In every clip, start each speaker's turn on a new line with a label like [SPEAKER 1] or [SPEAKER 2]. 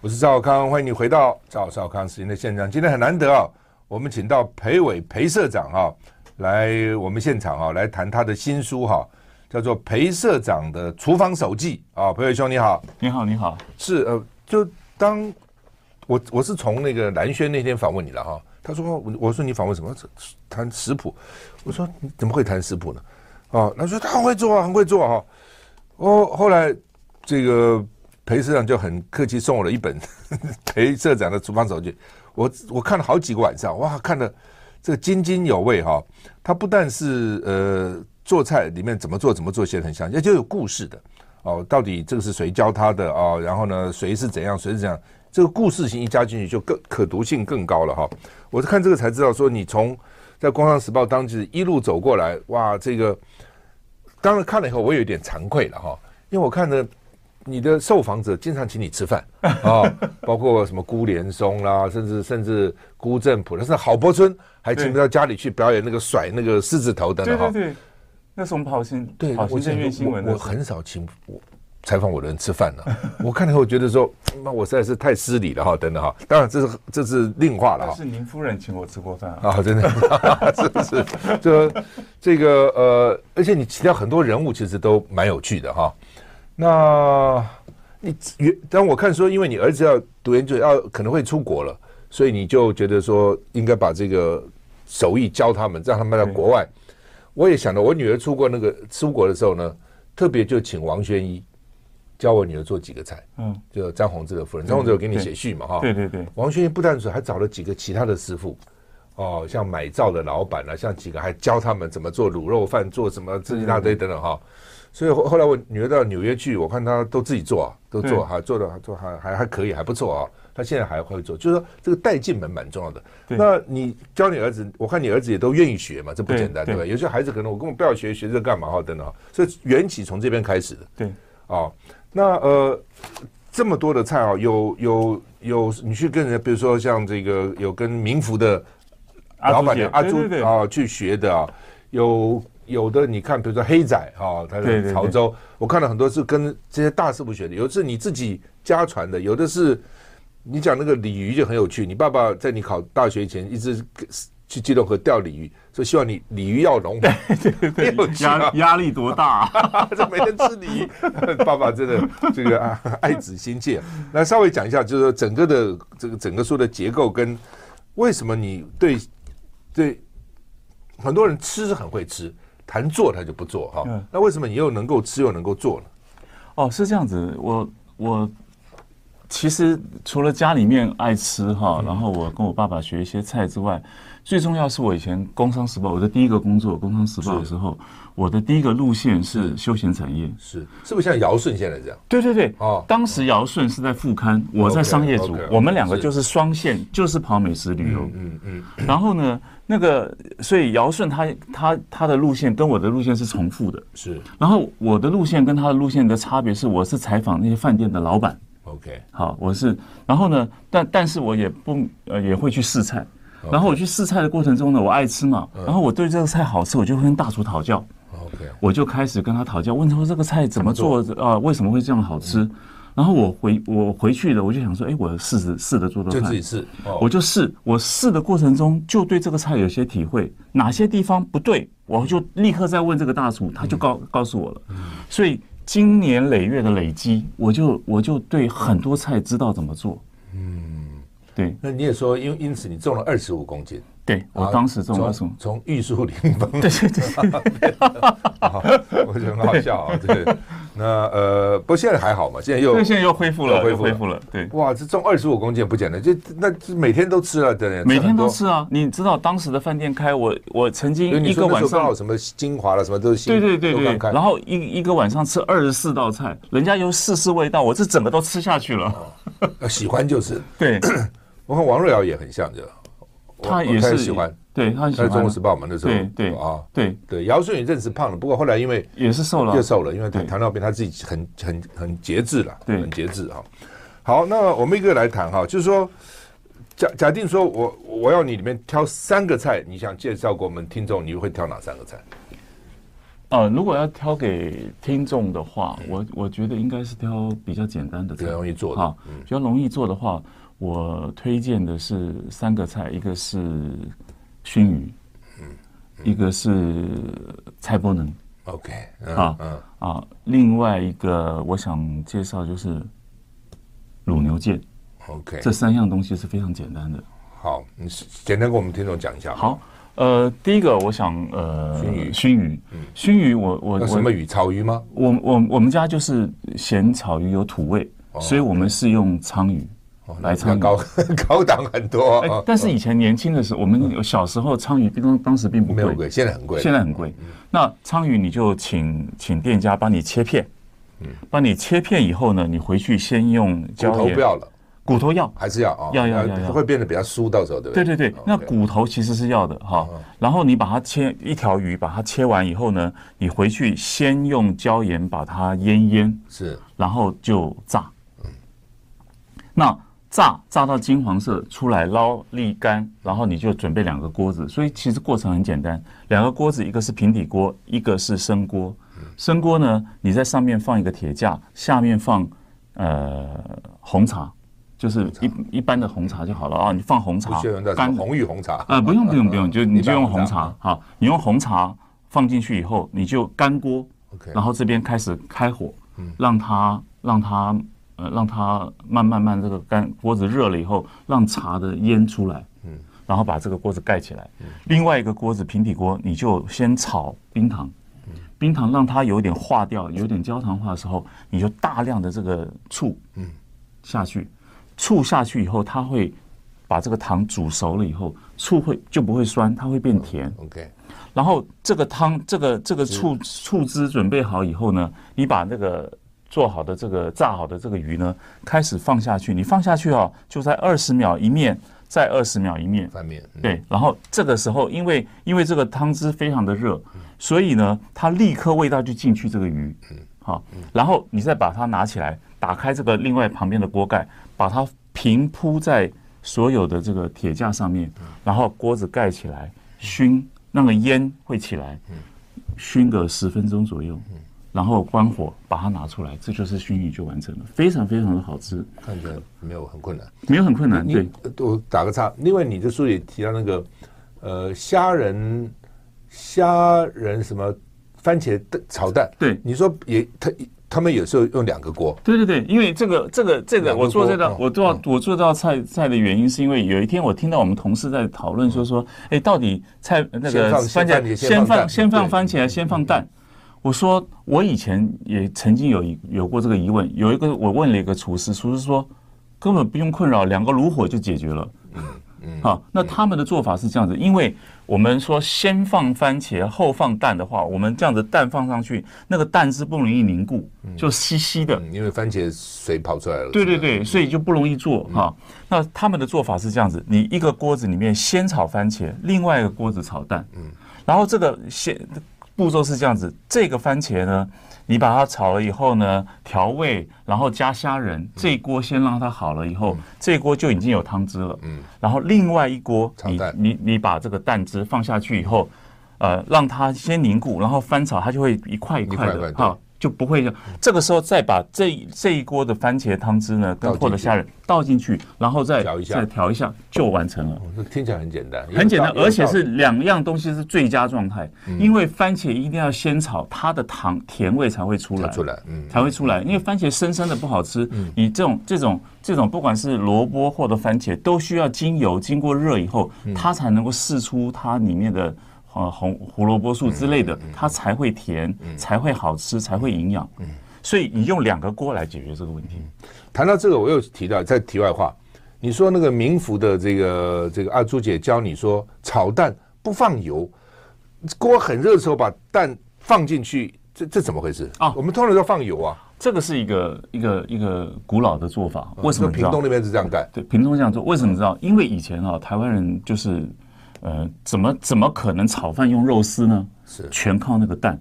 [SPEAKER 1] 我是赵少康，欢迎你回到赵少康时间的现场。今天很难得啊，我们请到裴伟裴社长哈、来我们现场哈、来谈他的新书哈、叫做《裴社长的厨房手记》啊。裴伟兄你好，
[SPEAKER 2] 你好，你好，
[SPEAKER 1] 是呃，就当我我是从那个蓝轩那天访问你了哈，他说哦我我说你访问什么谈食谱，我说你怎么会谈食谱呢？哦，他说他很会做啊，很会做哈、哦，后来这个裴社长就很客气送我了一本 裴社长的厨房手记，我我看了好几个晚上，哇，看的这个津津有味哈、他不但是呃做菜里面怎么做怎么做写的很详细，而且有故事的哦。到底这个是谁教他的哦？然后呢，谁是怎样，谁是怎样？这个故事性一加进去，就更可读性更高了哈、我是看这个才知道说，你从在《工商时报》当记者一路走过来，哇，这个当然看了以后，我有点惭愧了哈、因为我看着你的受访者经常请你吃饭啊、 包括什么辜连松啦，甚至甚至辜振甫，甚至郝柏村还请到家里去表演那个甩那个狮子头等
[SPEAKER 2] 对
[SPEAKER 1] 等哈
[SPEAKER 2] 对。对，那是我们跑新
[SPEAKER 1] 对，
[SPEAKER 2] 跑新
[SPEAKER 1] 我
[SPEAKER 2] 政
[SPEAKER 1] 想
[SPEAKER 2] 院
[SPEAKER 1] 说
[SPEAKER 2] 新闻
[SPEAKER 1] 我
[SPEAKER 2] 的
[SPEAKER 1] 我
[SPEAKER 2] 时候，
[SPEAKER 1] 很少请我采访我的人吃饭了、 我看了以后觉得说，嗯那我实在是太失礼了哈，等等哈。当然这是这是另话了
[SPEAKER 2] 但
[SPEAKER 1] 哈。
[SPEAKER 2] 是您夫人请我吃过饭啊，
[SPEAKER 1] 啊，真的， 是是，这这个呃，而且你提到很多人物，其实都蛮有趣的哈。那你原，但我看说，因为你儿子要读研究，要可能会出国了，所以你就觉得说应该把这个手艺教他们，让他们在
[SPEAKER 2] 对
[SPEAKER 1] 国外。我也想到，我女儿出国那个出国的时候呢，特别就请王宣一教我女儿做几个菜，
[SPEAKER 2] 嗯，
[SPEAKER 1] 就张宏志的夫人，张宏志有给你写序嘛哈，
[SPEAKER 2] 对对对，
[SPEAKER 1] 王轩不但是还找了几个其他的师傅，哦，像买灶的老板啊，像几个还教他们怎么做卤肉饭，做什么这一大堆等等哈、所以后后来我女儿到纽约去，我看她都自己做啊，都做
[SPEAKER 2] 嗯
[SPEAKER 1] 还做的做还还还可以，还不错啊。她现在还会做，就是说这个带进门蛮重要的。
[SPEAKER 2] 对
[SPEAKER 1] 那你教你儿子，我看你儿子也都愿意学嘛，这不
[SPEAKER 2] 对
[SPEAKER 1] 简单，对
[SPEAKER 2] 对
[SPEAKER 1] 吧？有些孩子可能我根本不要学，学这干嘛哈等等哈。所以缘起从这边开始的。
[SPEAKER 2] 对，
[SPEAKER 1] 哦，那呃，这么多的菜哦，有有有，你去跟人家，比如说像这个有跟民福的啊老板娘阿
[SPEAKER 2] 阿朱
[SPEAKER 1] 朱
[SPEAKER 2] 姐对对对，
[SPEAKER 1] 啊去学的啊，有有的你看，比如说黑仔啊，他
[SPEAKER 2] 对
[SPEAKER 1] 在
[SPEAKER 2] 对
[SPEAKER 1] 潮州，我看了很多是跟这些大师傅学的，有的是你自己家传的，有的是你讲那个鲤鱼就很有趣，你爸爸在你考大学以前一直去基隆河钓鲤鱼，说希望你鲤鱼要龙。
[SPEAKER 2] 对 对
[SPEAKER 1] 没有去啊
[SPEAKER 2] 压压力多大啊？
[SPEAKER 1] 这每天吃梨，爸爸真的这个啊爱子心切。那稍微讲一下，就是说整个的这个整个书的结构跟为什么你对对很多人吃是很会吃，谈做他就不做哈、
[SPEAKER 2] 嗯
[SPEAKER 1] 那为什么你又能够吃又能够做呢？
[SPEAKER 2] 哦，是这样子，我我其实除了家里面爱吃哈，然后我跟我爸爸学一些菜之外，最重要是我以前《工商时报》我的第一个工作，《工商时报》的时候，我的第一个路线是休闲产业。
[SPEAKER 1] 是是不是像尧舜现在这样？
[SPEAKER 2] 对对对，
[SPEAKER 1] 哦
[SPEAKER 2] 当时尧舜是在副刊，我在商业组
[SPEAKER 1] OK，OK，，
[SPEAKER 2] 我们两个就是双线，就是跑美食旅游。
[SPEAKER 1] 嗯嗯，
[SPEAKER 2] 然后呢，那个所以尧舜他他他的路线跟我的路线是重复的，
[SPEAKER 1] 是
[SPEAKER 2] 然后我的路线跟他的路线的差别是，我是采访那些饭店的老板，
[SPEAKER 1] OK
[SPEAKER 2] 好，我是，然后呢，但但是我也不呃也会去试菜，然后我去试菜的过程中呢，我爱吃嘛，
[SPEAKER 1] 嗯
[SPEAKER 2] 然后我对这个菜好吃，我就会跟大厨讨教，
[SPEAKER 1] OK，
[SPEAKER 2] 我就开始跟他讨教，问他说这个菜怎么做嗯啊、为什么会这样好吃？然后我回我回去了，我就想说，哎，我试着试着做做
[SPEAKER 1] 就
[SPEAKER 2] 看，
[SPEAKER 1] 自己试哦
[SPEAKER 2] 我就试，我试的过程中就对这个菜有些体会，哪些地方不对，我就立刻再问这个大厨，他就告、告诉我了。所以经年累月的累积，我就我就对很多菜知道怎么做。嗯，对
[SPEAKER 1] 那你也说，因因此你重了二十五公斤，
[SPEAKER 2] 对，我
[SPEAKER 1] 啊
[SPEAKER 2] 当时中了 什么
[SPEAKER 1] 从？从玉树临风
[SPEAKER 2] 对对对，
[SPEAKER 1] 啊，我觉得很好笑啊。对， 那呃，不过现在还好嘛，现在又
[SPEAKER 2] 对，现在又恢复了，
[SPEAKER 1] 又
[SPEAKER 2] 又
[SPEAKER 1] 恢
[SPEAKER 2] 恢
[SPEAKER 1] 复
[SPEAKER 2] 复了，对。
[SPEAKER 1] 哇，这重二十五公斤也不简单，就那这每天都吃了，啊对不对，
[SPEAKER 2] 每天都
[SPEAKER 1] 很
[SPEAKER 2] 吃啊！你知道当时的饭店开我，我曾
[SPEAKER 1] 多。因为
[SPEAKER 2] 经
[SPEAKER 1] 你
[SPEAKER 2] 一
[SPEAKER 1] 说
[SPEAKER 2] 个
[SPEAKER 1] 那时
[SPEAKER 2] 晚
[SPEAKER 1] 候刚
[SPEAKER 2] 上
[SPEAKER 1] 好什么精华了，什么都新，
[SPEAKER 2] 对对对
[SPEAKER 1] 都
[SPEAKER 2] 对
[SPEAKER 1] 刚，开
[SPEAKER 2] 然后一一个晚上吃二十四道菜，人家有四四味道，我这整个都吃下去了。
[SPEAKER 1] 呃喜欢就是。
[SPEAKER 2] 对，
[SPEAKER 1] 我看王瑞瑶也很像这个，我
[SPEAKER 2] 他也
[SPEAKER 1] 我
[SPEAKER 2] 是
[SPEAKER 1] 喜欢，，
[SPEAKER 2] 对他很喜
[SPEAKER 1] 他在《
[SPEAKER 2] 欢。
[SPEAKER 1] 中国时报》嘛那时候，
[SPEAKER 2] 对对
[SPEAKER 1] 啊，
[SPEAKER 2] 对，
[SPEAKER 1] 对，姚顺宇认识胖了，不过后来因为
[SPEAKER 2] 也是瘦了
[SPEAKER 1] 又。瘦了，因为
[SPEAKER 2] 啊对
[SPEAKER 1] 糖尿病他自己很很很节制了，
[SPEAKER 2] 对
[SPEAKER 1] 很节制哈。好，那我们一个来谈哈，就是说，假假定说我我要你里面挑三个菜，你想介绍给我们听众，你会挑哪三个菜？
[SPEAKER 2] 呃，如果要挑给听众的话，我我觉得应该是挑比较简单的菜，
[SPEAKER 1] 比较容易做嗯的嗯
[SPEAKER 2] 好，比较容易做的话，我推荐的是三个菜，一个是熏鱼，
[SPEAKER 1] 嗯
[SPEAKER 2] 一个是菜包能
[SPEAKER 1] OK，嗯
[SPEAKER 2] 好
[SPEAKER 1] 嗯，
[SPEAKER 2] 啊，另外一个我想介绍就是卤牛腱，
[SPEAKER 1] OK，
[SPEAKER 2] 这三样东西是非常简单的。
[SPEAKER 1] 好，你是简单跟我们听众讲一下。，
[SPEAKER 2] 好，呃，第一个我想呃，
[SPEAKER 1] 熏鱼嗯
[SPEAKER 2] 熏鱼，熏鱼我，我
[SPEAKER 1] 那
[SPEAKER 2] 我
[SPEAKER 1] 什么鱼？草鱼吗？
[SPEAKER 2] 我我我们家就是咸草鱼有土味，
[SPEAKER 1] 哦
[SPEAKER 2] 所以我们是用鲳鱼，白
[SPEAKER 1] 比较
[SPEAKER 2] 鲳
[SPEAKER 1] 哦
[SPEAKER 2] 鱼。
[SPEAKER 1] 高 高档很多
[SPEAKER 2] 哎
[SPEAKER 1] 哦，嗯
[SPEAKER 2] 但是以前年轻的时候，我们小时候鲳鱼当当时并不
[SPEAKER 1] 没有
[SPEAKER 2] 贵，
[SPEAKER 1] 贵，现在很贵。嗯
[SPEAKER 2] 现在很贵。那鲳鱼你就请请店家帮你切片，帮你切片以后呢，你回去先用
[SPEAKER 1] 嗯骨
[SPEAKER 2] 椒
[SPEAKER 1] 头不
[SPEAKER 2] 盐，
[SPEAKER 1] 要了，
[SPEAKER 2] 骨头要。
[SPEAKER 1] 还是要啊？
[SPEAKER 2] 要要要要
[SPEAKER 1] 会变得比较酥，到时候对不哦嗯
[SPEAKER 2] 对
[SPEAKER 1] 对？
[SPEAKER 2] 对对，那骨头其实是要的哈。然后你把它切一条鱼，把它切完以后呢，你回去先用椒盐把它腌腌，
[SPEAKER 1] 是
[SPEAKER 2] 然后就炸。那炸炸到金黄色出来，捞沥干，然后你就准备两个锅子。所以其实过程很简单，两个锅子，一个是平底锅，一个是生锅。生锅呢，你在上面放一个铁架，下面放呃红茶，就是一一般的红茶就好了啊。你放红
[SPEAKER 1] 不
[SPEAKER 2] 茶
[SPEAKER 1] 需要用到，什
[SPEAKER 2] 干
[SPEAKER 1] 么红玉红茶
[SPEAKER 2] 啊，不用不用不用，就你就用
[SPEAKER 1] 一般
[SPEAKER 2] 红
[SPEAKER 1] 红
[SPEAKER 2] 茶
[SPEAKER 1] 茶，
[SPEAKER 2] 好，你用红茶放进去以后，你就干锅
[SPEAKER 1] OK
[SPEAKER 2] 然后这边开始开火，让它让它呃让它慢慢慢这个干锅子热了以后，让茶的烟出来，嗯，然后把这个锅子盖起来，另外一个锅子平底锅，你就先炒冰糖。冰糖让它有点化掉，有点焦糖化的时候，你就大量的这个醋，嗯，下去，醋下去以后，它会把这个糖煮熟了以后，醋会就不会酸，它会变甜。
[SPEAKER 1] OK，
[SPEAKER 2] 然后这个汤，这个这个醋醋汁准备好以后呢，你把那个做好的这个炸好的这个鱼呢，开始放下去。你放下去哦，就在二十秒一面，再二十秒一面，
[SPEAKER 1] 翻面。嗯
[SPEAKER 2] 对，然后这个时候，因为因为这个汤汁非常的热，
[SPEAKER 1] 嗯
[SPEAKER 2] 所以呢，它立刻味道就进去这个鱼，好，
[SPEAKER 1] 嗯
[SPEAKER 2] 然后你再把它拿起来，打开这个另外旁边的锅盖，把它平铺在所有的这个铁架上面，
[SPEAKER 1] 嗯
[SPEAKER 2] 然后锅子盖起来熏，那个烟会起来，
[SPEAKER 1] 嗯
[SPEAKER 2] 熏个十分钟左右，然后关火把它拿出来，这就是熏鱼就完成了，非常非常的好吃，
[SPEAKER 1] 看起来没有很困难。
[SPEAKER 2] 没有很困难，嗯对
[SPEAKER 1] 你，呃我打个岔，另外你的书也提到那个，呃，虾仁虾仁什么番茄蛋炒蛋，
[SPEAKER 2] 对
[SPEAKER 1] 你说也他他们有时候用两个锅，
[SPEAKER 2] 对对对，因为这个这个这个，
[SPEAKER 1] 两个
[SPEAKER 2] 我做
[SPEAKER 1] 锅
[SPEAKER 2] 这道
[SPEAKER 1] 嗯
[SPEAKER 2] 我做我做这道菜菜的原因，是因为有一天我听到我们同事在讨论说说，哎，到底菜那
[SPEAKER 1] 先
[SPEAKER 2] 个
[SPEAKER 1] 放
[SPEAKER 2] 番
[SPEAKER 1] 先放
[SPEAKER 2] 茄
[SPEAKER 1] 你
[SPEAKER 2] 先
[SPEAKER 1] 先放
[SPEAKER 2] 放
[SPEAKER 1] 蛋
[SPEAKER 2] 先放
[SPEAKER 1] 对嗯
[SPEAKER 2] 番茄，先放蛋。我说我以前也曾经有一有过这个疑问，有一个我问了一个厨师，厨师说根本不用困扰，两个炉火就解决了。
[SPEAKER 1] 嗯
[SPEAKER 2] 好，那他们的做法是这样子，因为我们说先放番茄后放蛋的话，我们这样子蛋放上去，那个蛋是不容易凝固，就稀稀的。
[SPEAKER 1] 嗯，因为番茄水跑出来了。
[SPEAKER 2] 对对对，所以就不容易做哈、那他们的做法是这样子：你一个锅子里面先炒番茄，另外一个锅子炒蛋，嗯，然后这个先步骤是这样子：这个番茄呢，你把它炒了以后呢，调味，然后加虾仁，这一锅先让它好了以后，这一锅就已经有汤汁了，嗯，然后另外一锅
[SPEAKER 1] 炒
[SPEAKER 2] 你
[SPEAKER 1] 蛋
[SPEAKER 2] 你你把这个蛋汁放下去以后，呃，让它先凝固，然后翻炒，它就会一块一块
[SPEAKER 1] 一块
[SPEAKER 2] 的
[SPEAKER 1] 一块
[SPEAKER 2] 哈、就不会这个时候再把这一这一锅的番茄汤汁呢，跟
[SPEAKER 1] 倒进去
[SPEAKER 2] 或者虾仁倒进去，然后再
[SPEAKER 1] 调一下
[SPEAKER 2] 再调一下就完成了。
[SPEAKER 1] 哦，这听起来很简单，
[SPEAKER 2] 很简单，
[SPEAKER 1] 有道理
[SPEAKER 2] 而且是两样东西是最佳状态，
[SPEAKER 1] 嗯
[SPEAKER 2] 因为番茄一定要先炒，它的糖甜味才会出
[SPEAKER 1] 有道
[SPEAKER 2] 来
[SPEAKER 1] 理，出来，嗯，
[SPEAKER 2] 才会出来。因为番茄生生的不好吃，你这种这种这种，不管是萝卜或者番茄，都需要经油经过热以后，它才能够试出它里面的呃红胡萝卜素之类的，它才会甜，才会好吃，才会营养。所以你用两个锅来解决这个问题。
[SPEAKER 1] 谈到这个，我又提到在题外话，你说那个民福的这个这个阿朱姐教你说炒蛋不放油，锅很热的时候把蛋放进去，这这怎么回事
[SPEAKER 2] 啊
[SPEAKER 1] 我们通常都放油啊，
[SPEAKER 2] 这个是一个一个一个古老的做法，为什么
[SPEAKER 1] 就
[SPEAKER 2] 你知
[SPEAKER 1] 屏
[SPEAKER 2] 道吗
[SPEAKER 1] 东那边是这样干，
[SPEAKER 2] 对，屏东这样做，为什么知道？因为以前啊，台湾人就是，呃，怎么怎么可能炒饭用肉丝呢？
[SPEAKER 1] 是嗯
[SPEAKER 2] 全靠那个蛋。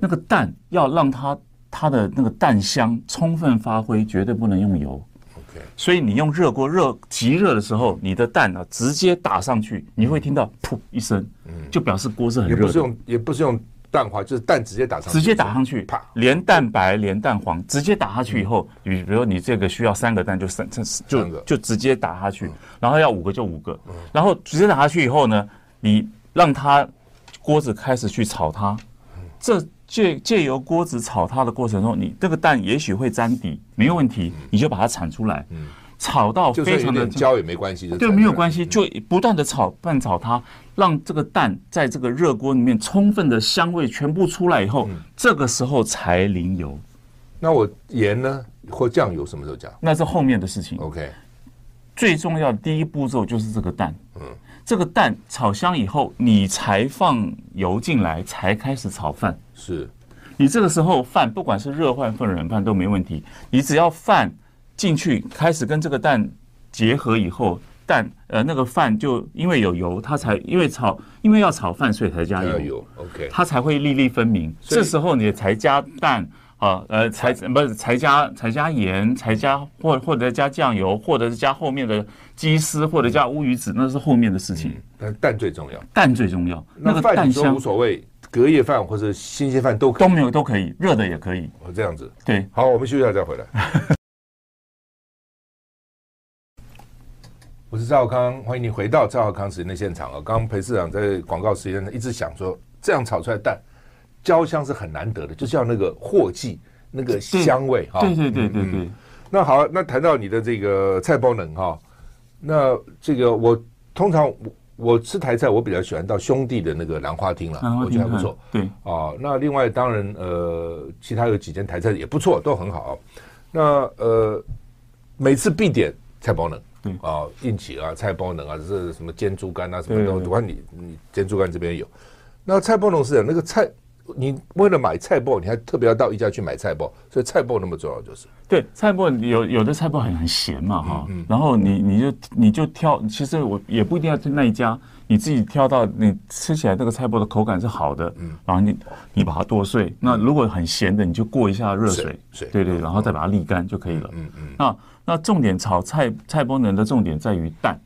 [SPEAKER 2] 那个蛋要让它它的那个蛋香充分发挥，绝对不能用油。
[SPEAKER 1] OK
[SPEAKER 2] 所以你用热锅热极热的时候，你的蛋啊直接打上去，你会听到噗一声，就表示锅是很
[SPEAKER 1] 嗯也
[SPEAKER 2] 热
[SPEAKER 1] 不是
[SPEAKER 2] 的。
[SPEAKER 1] 用也不是用蛋黄就是蛋直接打上去，
[SPEAKER 2] 直接打上去
[SPEAKER 1] 啪，
[SPEAKER 2] 连蛋白连蛋黄直接打下去以后，比比如说你这个需要三个蛋，就三这
[SPEAKER 1] 嗯三
[SPEAKER 2] 就
[SPEAKER 1] 个嗯
[SPEAKER 2] 就直接打下去，然后要五个就五个，然后直接打下去以后呢，你让它锅子开始去炒它，
[SPEAKER 1] 嗯
[SPEAKER 2] 这借借由锅子炒它的过程中，你这个蛋也许会粘底，没有问题，你就把它铲出来，炒到
[SPEAKER 1] 嗯就
[SPEAKER 2] 非
[SPEAKER 1] 算有
[SPEAKER 2] 常的
[SPEAKER 1] 点焦也没关系，
[SPEAKER 2] 对，没有关
[SPEAKER 1] 系。
[SPEAKER 2] 系，就不断的炒拌炒它，让这个蛋在这个热锅里面充分的香味全部出来以后，这个时候才淋油，
[SPEAKER 1] 那我盐呢或酱油什么时候加
[SPEAKER 2] 那是后面的事情。
[SPEAKER 1] ？OK，
[SPEAKER 2] 最重要的第一步骤就是这个蛋，这个蛋炒香以后，你才放油进来，才开始炒饭。
[SPEAKER 1] 是
[SPEAKER 2] 你这个时候饭不管是热饭、份冷饭都没问题，你只要饭进去开始跟这个蛋结合以后，蛋呃那个饭就因为有油，它才因为炒因为要炒饭所以才加
[SPEAKER 1] 还
[SPEAKER 2] 油，
[SPEAKER 1] 要有 OK，
[SPEAKER 2] 它才会粒粒分明。
[SPEAKER 1] 所以
[SPEAKER 2] 这时候你才加蛋。啊，呃，才不是才加才加盐，才加或或者加酱油，或者是加后面的鸡丝，或者加乌鱼子，那是后面的事情。
[SPEAKER 1] 但蛋最重要。
[SPEAKER 2] 蛋最重要，那
[SPEAKER 1] 嗯那
[SPEAKER 2] 个
[SPEAKER 1] 饭
[SPEAKER 2] 蛋
[SPEAKER 1] 你说
[SPEAKER 2] 香
[SPEAKER 1] 无所谓，隔夜饭或者新鲜饭都可
[SPEAKER 2] 都没有都可以，热的也可以。
[SPEAKER 1] 以这样子。
[SPEAKER 2] 对，
[SPEAKER 1] 好，我们休息一下再回来。 我是赵少康，欢迎你回到赵少康时间的现场啊！刚刚裴市长在广告时间一直想说，这样炒出来的蛋焦香是很难得的，就是要那个镬气、那个香味哈。
[SPEAKER 2] 对对对对
[SPEAKER 1] 嗯
[SPEAKER 2] 对。
[SPEAKER 1] 那好，那谈到你的这个菜包能哈，那这个我通常我我吃台菜，我比较喜欢到兄弟的那个兰花厅了，
[SPEAKER 2] 兰花
[SPEAKER 1] 我觉得
[SPEAKER 2] 厅嗯
[SPEAKER 1] 还不错。
[SPEAKER 2] 对，
[SPEAKER 1] 哦，那另外当然呃，其他有几间台菜也不错，都很好。那呃，每次必点菜包能，
[SPEAKER 2] 对
[SPEAKER 1] 啊，硬起啊，菜包能啊，这什么煎猪肝啊，什
[SPEAKER 2] 对
[SPEAKER 1] 么
[SPEAKER 2] 对
[SPEAKER 1] 都，
[SPEAKER 2] 对
[SPEAKER 1] 我看你你煎猪肝这边有。那菜包能是这样那个菜，你为了买菜包，你还特别要到一家去买菜包，所以菜包那么重要就是。
[SPEAKER 2] 对，菜包有有的菜包很很咸嘛
[SPEAKER 1] 嗯
[SPEAKER 2] 哈，然后你你就你就挑，其实我也不一定要去那一家，你自己挑到你吃起来那个菜包的口感是好的，
[SPEAKER 1] 嗯
[SPEAKER 2] 然后你你把它剁碎，那如果很咸的，你就过一下热水，
[SPEAKER 1] 水水
[SPEAKER 2] 对对，然后再把它沥干就可以了。
[SPEAKER 1] 嗯嗯，
[SPEAKER 2] 那那重点炒菜菜包能的重点在于蛋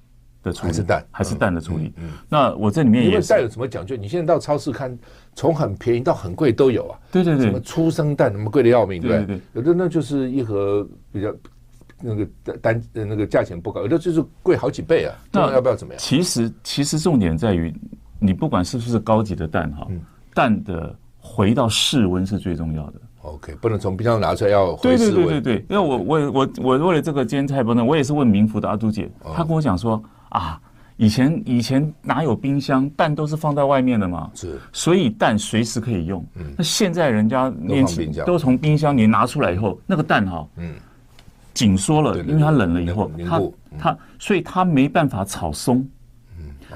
[SPEAKER 2] 的处理，
[SPEAKER 1] 还是蛋
[SPEAKER 2] 还是蛋的处理
[SPEAKER 1] 嗯嗯嗯。
[SPEAKER 2] 那我这里面
[SPEAKER 1] 因
[SPEAKER 2] 也
[SPEAKER 1] 为
[SPEAKER 2] 是
[SPEAKER 1] 蛋有什么讲究？你现在到超市看，从很便宜到很贵都有啊。
[SPEAKER 2] 对对
[SPEAKER 1] 什么
[SPEAKER 2] 对
[SPEAKER 1] 出生蛋，那么贵的要命，对不对？
[SPEAKER 2] 嗯对对
[SPEAKER 1] 有的那就是一盒比较那个单呃那个价钱不高，有的就是贵好几倍啊。
[SPEAKER 2] 那
[SPEAKER 1] 那要不要怎么样？
[SPEAKER 2] 其实其实重点在于，你不管是不是高级的蛋哈，
[SPEAKER 1] 嗯
[SPEAKER 2] 蛋的回到室温是最重要的。
[SPEAKER 1] OK，不能从冰箱拿出来，要回
[SPEAKER 2] 对
[SPEAKER 1] 室
[SPEAKER 2] 对对
[SPEAKER 1] 温。
[SPEAKER 2] 对，因为我我我我为了这个煎菜包呢，我也是问民福的阿朱姐，
[SPEAKER 1] 哦
[SPEAKER 2] 她跟我讲说啊，以前以前哪有冰箱，蛋都是放在外面的嘛。
[SPEAKER 1] 是
[SPEAKER 2] 所以蛋随时可以用，那现在人家
[SPEAKER 1] 嗯
[SPEAKER 2] 年
[SPEAKER 1] 放
[SPEAKER 2] 轻
[SPEAKER 1] 冰箱
[SPEAKER 2] 都从冰箱里拿出来以后，那个蛋哈，
[SPEAKER 1] 嗯
[SPEAKER 2] 紧缩了，
[SPEAKER 1] 对对
[SPEAKER 2] 因为它冷了以
[SPEAKER 1] 对
[SPEAKER 2] 后，
[SPEAKER 1] 凝
[SPEAKER 2] 它
[SPEAKER 1] 固嗯
[SPEAKER 2] 它所以它没办法炒松，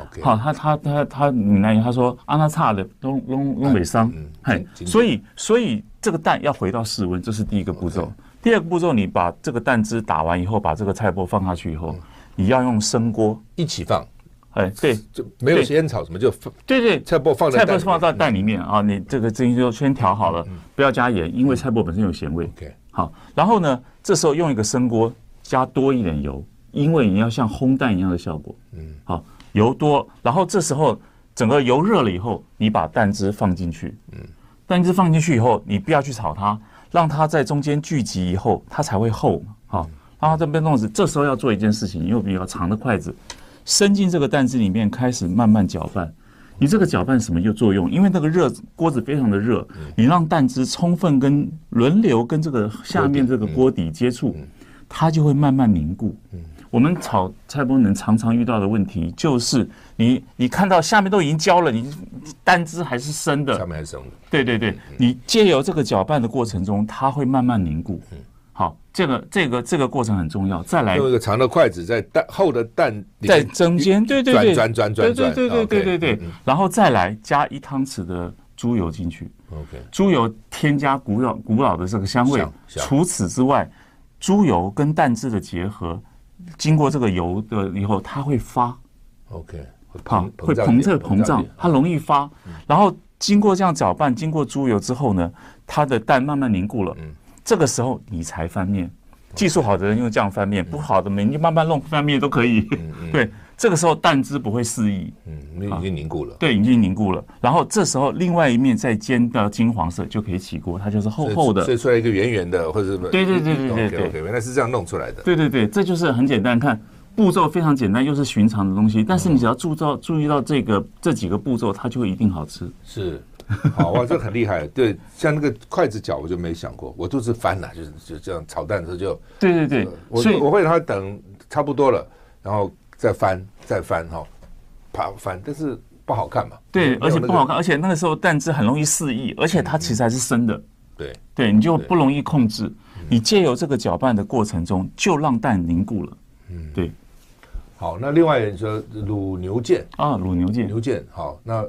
[SPEAKER 1] OK，
[SPEAKER 2] 好，他他他他闽南语他说安那差的拢拢拢北伤
[SPEAKER 1] 嗯，
[SPEAKER 2] 嘿
[SPEAKER 1] 经，经
[SPEAKER 2] 所以所以这个蛋要回到室温，这是第一个步骤。第二个步骤，你把这个蛋汁打完以后，把这个菜脯放下去以
[SPEAKER 1] 嗯
[SPEAKER 2] 后，你要用生锅，
[SPEAKER 1] 一起放，
[SPEAKER 2] 哎，对
[SPEAKER 1] 就没有
[SPEAKER 2] 对
[SPEAKER 1] 先炒什么，就放
[SPEAKER 2] 对对，
[SPEAKER 1] 菜包放在
[SPEAKER 2] 菜
[SPEAKER 1] 蛋嗯
[SPEAKER 2] 脯
[SPEAKER 1] 里面
[SPEAKER 2] 放到蛋里面啊，你这个这些就先调好了，不要加盐，
[SPEAKER 1] 嗯
[SPEAKER 2] 因为菜脯本身有咸味。
[SPEAKER 1] OK，
[SPEAKER 2] 好，然后呢，这时候用一个生锅加多一点油，因为你要像烘蛋一样的效果。嗯，好，油多，然后这时候整个油热了以后，你把蛋汁放进去。嗯，蛋汁放进去以后，你不要去炒它，让它在中间聚集以后，它才会厚嘛。好，然后这边弄子，这时候要做一件事情，你用比较长的筷子伸进这个蛋汁里面，开始慢慢搅拌。你这个搅拌什么有作用？因为那个热锅子非常的热，你让蛋汁充分跟轮流跟这个下面这个锅底接触，它就会慢慢凝固。我们炒菜包能常常遇到的问题就是你，你看到下面都已经焦了，你蛋汁还是生的
[SPEAKER 1] 下，面还生的。
[SPEAKER 2] 对对对，
[SPEAKER 1] 嗯
[SPEAKER 2] 你借由这个搅拌的过程中，它会慢慢凝固。
[SPEAKER 1] 嗯
[SPEAKER 2] 好，这个这个这个过程很重要。再来
[SPEAKER 1] 用一个长的筷子在蛋厚的蛋里面
[SPEAKER 2] 哎在中间，对对对，
[SPEAKER 1] 转转转转
[SPEAKER 2] 对对对对对对对
[SPEAKER 1] OK，嗯，
[SPEAKER 2] 然后再来加一汤匙的猪油进去，
[SPEAKER 1] OK，
[SPEAKER 2] 猪油添加古老古老的这个香味
[SPEAKER 1] 香。香
[SPEAKER 2] 除此之外，猪油跟蛋汁的结合，经过这个油的以后，它会发。
[SPEAKER 1] OK，会
[SPEAKER 2] 好，会
[SPEAKER 1] 一
[SPEAKER 2] 膨
[SPEAKER 1] 点
[SPEAKER 2] 胀膨胀
[SPEAKER 1] 一点，
[SPEAKER 2] 它容易发。然后经过这样搅拌，经过猪油之后呢，它的蛋慢慢凝固了。这个时候你才嗯 翻面。技术好的人用这样翻面，不好的没你慢慢弄翻面都可以。对，这个时候蛋汁不会肆意，
[SPEAKER 1] 嗯，那已经凝固了。
[SPEAKER 2] 对，已经凝固了。然后这时候另外一面再煎到金黄色就可以起锅，它就是厚
[SPEAKER 1] 所以
[SPEAKER 2] 厚的
[SPEAKER 1] 所。以出来一个圆圆的，或者什么？
[SPEAKER 2] 对对对对对对
[SPEAKER 1] OK，OK，原来是这样弄出来的。
[SPEAKER 2] 对对对，这就是很简单，看步骤非常简单，又是寻常的东西，但是你只要注到注意到这个这几个步骤，它就会一定好吃。
[SPEAKER 1] 是， 好哇，这很厉害。对，像那个筷子脚，我就没想过，我肚子翻了，就是就这样炒蛋的时候就，呃
[SPEAKER 2] 对对对，
[SPEAKER 1] 我
[SPEAKER 2] 所以
[SPEAKER 1] 我会让它等差不多了，然后再翻再翻哈，啪翻，但是不好看嘛。没
[SPEAKER 2] 对，
[SPEAKER 1] 有
[SPEAKER 2] 而且
[SPEAKER 1] 那个
[SPEAKER 2] 不
[SPEAKER 1] 嗯
[SPEAKER 2] 好看，而且那个时候蛋汁很容易肆意，而且它其实还是生的，
[SPEAKER 1] 对，嗯
[SPEAKER 2] 对，你就不容易控制。你借由这个搅拌的过程中，就让蛋凝固了。对
[SPEAKER 1] 好，那另外你说卤牛腱，
[SPEAKER 2] 啊，卤牛腱，
[SPEAKER 1] 牛腱好，那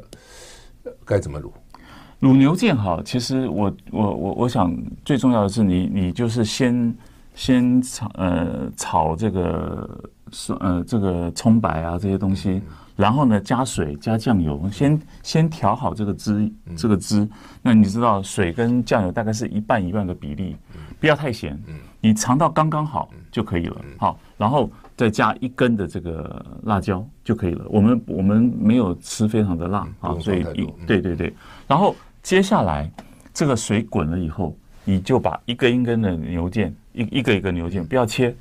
[SPEAKER 1] 呃该怎么卤？
[SPEAKER 2] 卤牛腱好，其实我我我我想最重要的是你你就是先先炒呃炒这个是呃这个葱白啊这些东
[SPEAKER 1] 嗯
[SPEAKER 2] 西，然后呢加水加酱油，先先调好这个汁
[SPEAKER 1] 嗯
[SPEAKER 2] 这个汁。那你知道水跟酱油大概是一半一半的比例，
[SPEAKER 1] 嗯
[SPEAKER 2] 不要太咸，你尝到刚刚好就可以
[SPEAKER 1] 嗯
[SPEAKER 2] 了。好，然后再加一根的这个辣椒就可以了。我们我们没有吃非常的辣
[SPEAKER 1] 嗯
[SPEAKER 2] 啊
[SPEAKER 1] 不用，
[SPEAKER 2] 所以
[SPEAKER 1] 放太
[SPEAKER 2] 一
[SPEAKER 1] 多嗯
[SPEAKER 2] 对对对。然后接下来这个水滚了以后，你就把一根一根的牛腱，一一个一个牛腱不要切，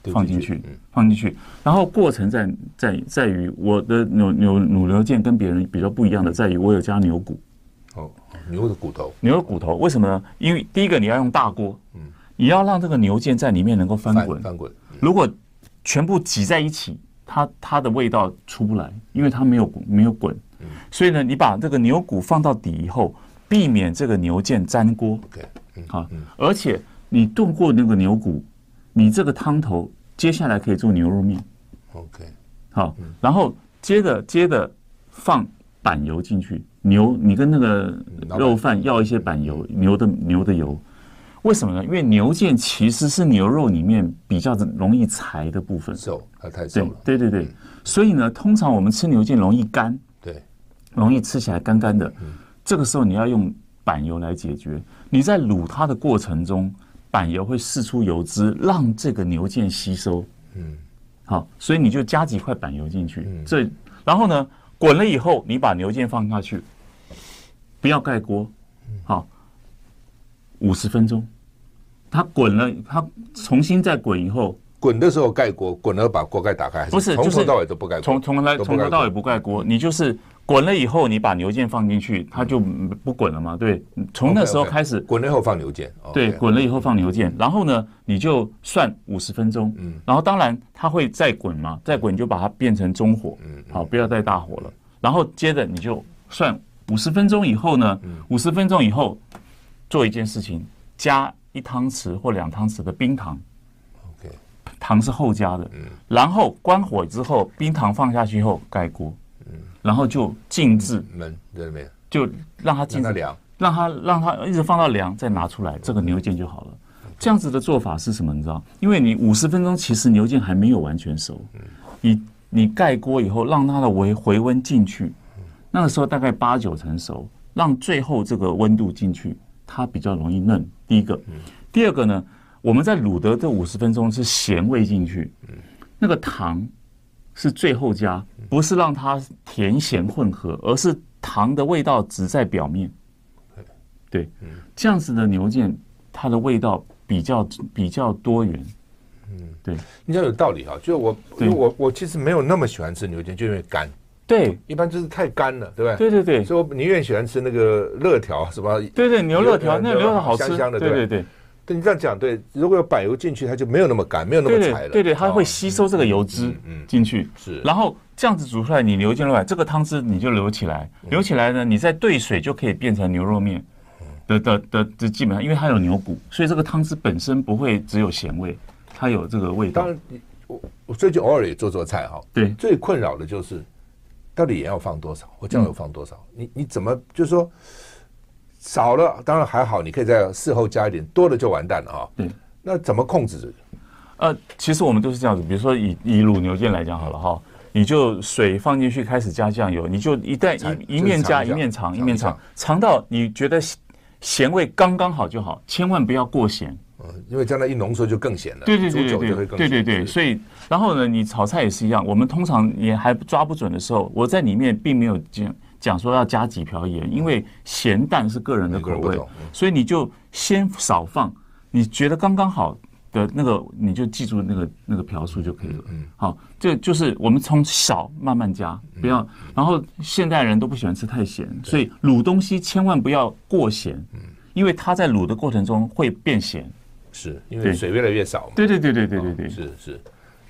[SPEAKER 1] 丢
[SPEAKER 2] 放进去，
[SPEAKER 1] 嗯
[SPEAKER 2] 嗯放进去。然后过程在在在于我的牛牛乳牛腱跟别人比较不一样的，在于我有加牛骨，
[SPEAKER 1] 哦，牛的骨头，
[SPEAKER 2] 牛骨头为什么呢？因为第一个你要用大锅，你要让这个牛腱在里面能够嗯翻滚，
[SPEAKER 1] 翻滚，
[SPEAKER 2] 如果全部挤在一起，它它的味道出不来，因为它没有没有滚。所以呢，你把这个牛骨放到底以后，避免这个牛腱粘锅
[SPEAKER 1] OK，嗯，
[SPEAKER 2] 啊。而且你炖过那个牛骨，你这个汤头接下来可以做牛肉面，
[SPEAKER 1] ，OK，
[SPEAKER 2] 好，然
[SPEAKER 1] 嗯
[SPEAKER 2] 后接着接着放板油进去，牛你跟那个
[SPEAKER 1] 嗯老板嗯
[SPEAKER 2] 肉饭要一些板油，牛的牛的油，为什么呢？因为牛腱其实是牛肉里面比较容易柴的部分，
[SPEAKER 1] 瘦，它太瘦
[SPEAKER 2] 对
[SPEAKER 1] 了，
[SPEAKER 2] 对对对，所以呢，通常我们吃牛腱容易干，
[SPEAKER 1] 对，
[SPEAKER 2] 容易吃起来干干的，这个时候你要用板油来解决。你在卤它的过程中，板油会释出油脂，让这个牛腱吸收。
[SPEAKER 1] 嗯，
[SPEAKER 2] 好，所以你就加几块板油进去，这然后呢，滚了以后，你把牛腱放下去，不要盖锅，好，五十分钟，它滚了，它重新再滚以后，
[SPEAKER 1] 滚的时候盖锅，滚了把锅盖打开，还
[SPEAKER 2] 不是
[SPEAKER 1] 从
[SPEAKER 2] 就
[SPEAKER 1] 头
[SPEAKER 2] 是
[SPEAKER 1] 到尾都不盖锅，
[SPEAKER 2] 从从头来
[SPEAKER 1] 都不
[SPEAKER 2] 从
[SPEAKER 1] 盖
[SPEAKER 2] 头
[SPEAKER 1] 锅
[SPEAKER 2] 到尾不盖锅，你就是滚了以后，你把牛腱放进去，它就嗯不滚了嘛，对，从那时候
[SPEAKER 1] OK，OK
[SPEAKER 2] 开始
[SPEAKER 1] 滚了以后放牛腱，哦
[SPEAKER 2] 对，
[SPEAKER 1] OK
[SPEAKER 2] 滚了以后放牛腱，然后呢，你就算五十分钟，嗯，然后当然它会再滚嘛，再滚你就把它变成中火，嗯，好，不要再大火了。然后接着你就算五十分钟以后呢，五十分钟以后做一件事情，加一汤匙或两汤匙的冰糖，
[SPEAKER 1] ，OK，
[SPEAKER 2] 糖是后加的，然后关火之后，冰糖放下去后盖锅，然后就静置，
[SPEAKER 1] 焖在里面，
[SPEAKER 2] 就让它静
[SPEAKER 1] 让它
[SPEAKER 2] 置
[SPEAKER 1] 凉，
[SPEAKER 2] 让它让它一直放到凉，再拿出来，这个牛腱就好了。这样子的做法是什么？你知道？因为你五十分钟其实牛腱还没有完全熟，你你盖锅以后，让它的回回温进去，那个时候大概八九成熟，让最后这个温度进去，它比较容易嫩。第一个，第二个呢，我们在卤的这五十分钟是咸味进去，那个糖是最后加，不是让它甜咸混合，而是糖的味道只在表面。对，这样子的牛腱，它的味道比较比较多元。嗯，对
[SPEAKER 1] 你讲有道理哈，就我因
[SPEAKER 2] 对
[SPEAKER 1] 为我我其实没有那么喜欢吃牛腱，就因为干，
[SPEAKER 2] 对
[SPEAKER 1] 一般就是太干了，对不对？
[SPEAKER 2] 对对对
[SPEAKER 1] 所以我宁愿喜欢吃那个热条啊什么。
[SPEAKER 2] 对对，牛肉
[SPEAKER 1] 牛
[SPEAKER 2] 条那个牛肉条好吃，
[SPEAKER 1] 香香的
[SPEAKER 2] 对
[SPEAKER 1] 对
[SPEAKER 2] 对对
[SPEAKER 1] 对你这样讲，对，如果有柏油进去，它就没有那么干，没有那么
[SPEAKER 2] 对
[SPEAKER 1] 柴
[SPEAKER 2] 对
[SPEAKER 1] 了。
[SPEAKER 2] 对对，它会
[SPEAKER 1] 哦
[SPEAKER 2] 吸收这个油脂
[SPEAKER 1] 嗯
[SPEAKER 2] 进去，
[SPEAKER 1] 是
[SPEAKER 2] 然后这样子煮出来，你牛腱肉来，这个汤汁你就留起来，
[SPEAKER 1] 嗯
[SPEAKER 2] 留起来呢，你再兑水就可以变成牛肉面。的的的的基本上，因为它有牛骨，所以这个汤汁本身不会只有咸味，它有这个味
[SPEAKER 1] 当
[SPEAKER 2] 道。
[SPEAKER 1] 然，我我最近偶尔也做做菜哈。
[SPEAKER 2] 对
[SPEAKER 1] 最困扰的就是，到底盐要放多少，或酱油
[SPEAKER 2] 嗯
[SPEAKER 1] 放多少？你你怎么就是说少了，当然还好，你可以在事后加一点，多了就完蛋了啊。
[SPEAKER 2] 对，
[SPEAKER 1] 那怎么控制这个？
[SPEAKER 2] 呃，其实我们都是这样子，比如说以以卤牛腱来讲好了哈，你就水放进去，开始加酱油，你就一旦
[SPEAKER 1] 尝
[SPEAKER 2] 一一
[SPEAKER 1] 就是
[SPEAKER 2] 面
[SPEAKER 1] 尝
[SPEAKER 2] 加
[SPEAKER 1] 一
[SPEAKER 2] 一
[SPEAKER 1] 下
[SPEAKER 2] 面尝一
[SPEAKER 1] 尝一
[SPEAKER 2] 面
[SPEAKER 1] 下
[SPEAKER 2] 尝，尝到你觉得咸咸味刚刚好就好，千万不要过咸。
[SPEAKER 1] 嗯，因为将来一浓缩就更咸了，
[SPEAKER 2] 对对对
[SPEAKER 1] 煮
[SPEAKER 2] 对
[SPEAKER 1] 久就会
[SPEAKER 2] 对
[SPEAKER 1] 更
[SPEAKER 2] 对
[SPEAKER 1] 咸
[SPEAKER 2] 对对，所以然后呢，你炒菜也是一样，我们通常也还抓不准的时候，我在里面并没有讲讲说要加几瓢盐，因为咸淡是个人的
[SPEAKER 1] 每个
[SPEAKER 2] 口
[SPEAKER 1] 人
[SPEAKER 2] 味
[SPEAKER 1] 不同嗯，
[SPEAKER 2] 所以你就先少放，你觉得刚刚好。的那个你就记住那个那个瓢数就可以了。好，这就是我们从少慢慢加，不要。然后现代人都不喜欢吃太咸，所以卤东西千万不要过咸，因为它在卤的过程中会变咸。哦
[SPEAKER 1] 是因为
[SPEAKER 2] 对
[SPEAKER 1] 水越来越少嘛。
[SPEAKER 2] 对对对对对对对，
[SPEAKER 1] 哦是是，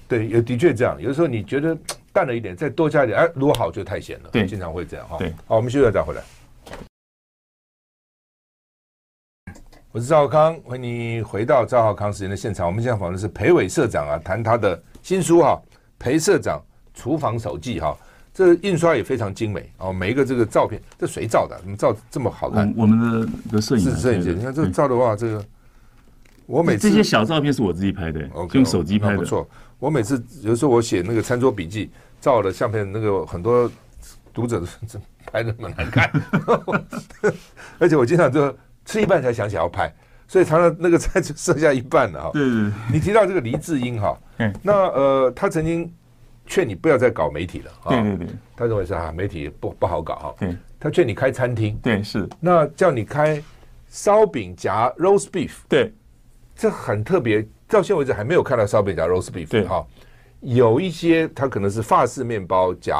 [SPEAKER 1] 对，也的确这样。有的时候你觉得淡了一点，再多加一点，哎，如果好就太咸了，
[SPEAKER 2] 对
[SPEAKER 1] 经常会这样哈。
[SPEAKER 2] 对，
[SPEAKER 1] 好，我们休息了再回来。我是赵少康，欢迎你回到赵少康时间的现场。我们现在访问的是裴伟社长啊，谈他的新书哈、裴社长厨房手记》哈、这印刷也非常精美哦，每一个这个照片，这谁照的啊？怎么照这么好看？
[SPEAKER 2] 我我们的的嗯摄影
[SPEAKER 1] 是
[SPEAKER 2] 啊
[SPEAKER 1] 摄影
[SPEAKER 2] 对
[SPEAKER 1] 师，
[SPEAKER 2] 对
[SPEAKER 1] 你看这
[SPEAKER 2] 对
[SPEAKER 1] 照的话，这个我每次
[SPEAKER 2] 这些小照片是我自己拍的
[SPEAKER 1] OK，
[SPEAKER 2] 用手机拍
[SPEAKER 1] 那
[SPEAKER 2] 的
[SPEAKER 1] 不。错。我每次有时候我写那个餐桌笔记，照的相片，那个很多读者这拍的蛮难看， 而且我经常就吃一半才想起来要拍，所以常常那个菜就剩下一半了哈、
[SPEAKER 2] 对对对，
[SPEAKER 1] 你提到这个黎智英哈、
[SPEAKER 2] 嗯
[SPEAKER 1] 那呃，他曾经劝你不要再搞媒体了啊，
[SPEAKER 2] 对对对
[SPEAKER 1] 他认为是啊，媒体不不好搞哈、
[SPEAKER 2] 对
[SPEAKER 1] 他劝你开餐厅，
[SPEAKER 2] 对是，
[SPEAKER 1] 那叫你开烧饼夹 roast beef，
[SPEAKER 2] 对
[SPEAKER 1] 这很特别，到现在为止还没有看到烧饼夹 roast beef。
[SPEAKER 2] 对
[SPEAKER 1] 哈、有一些它可能是法式面包夹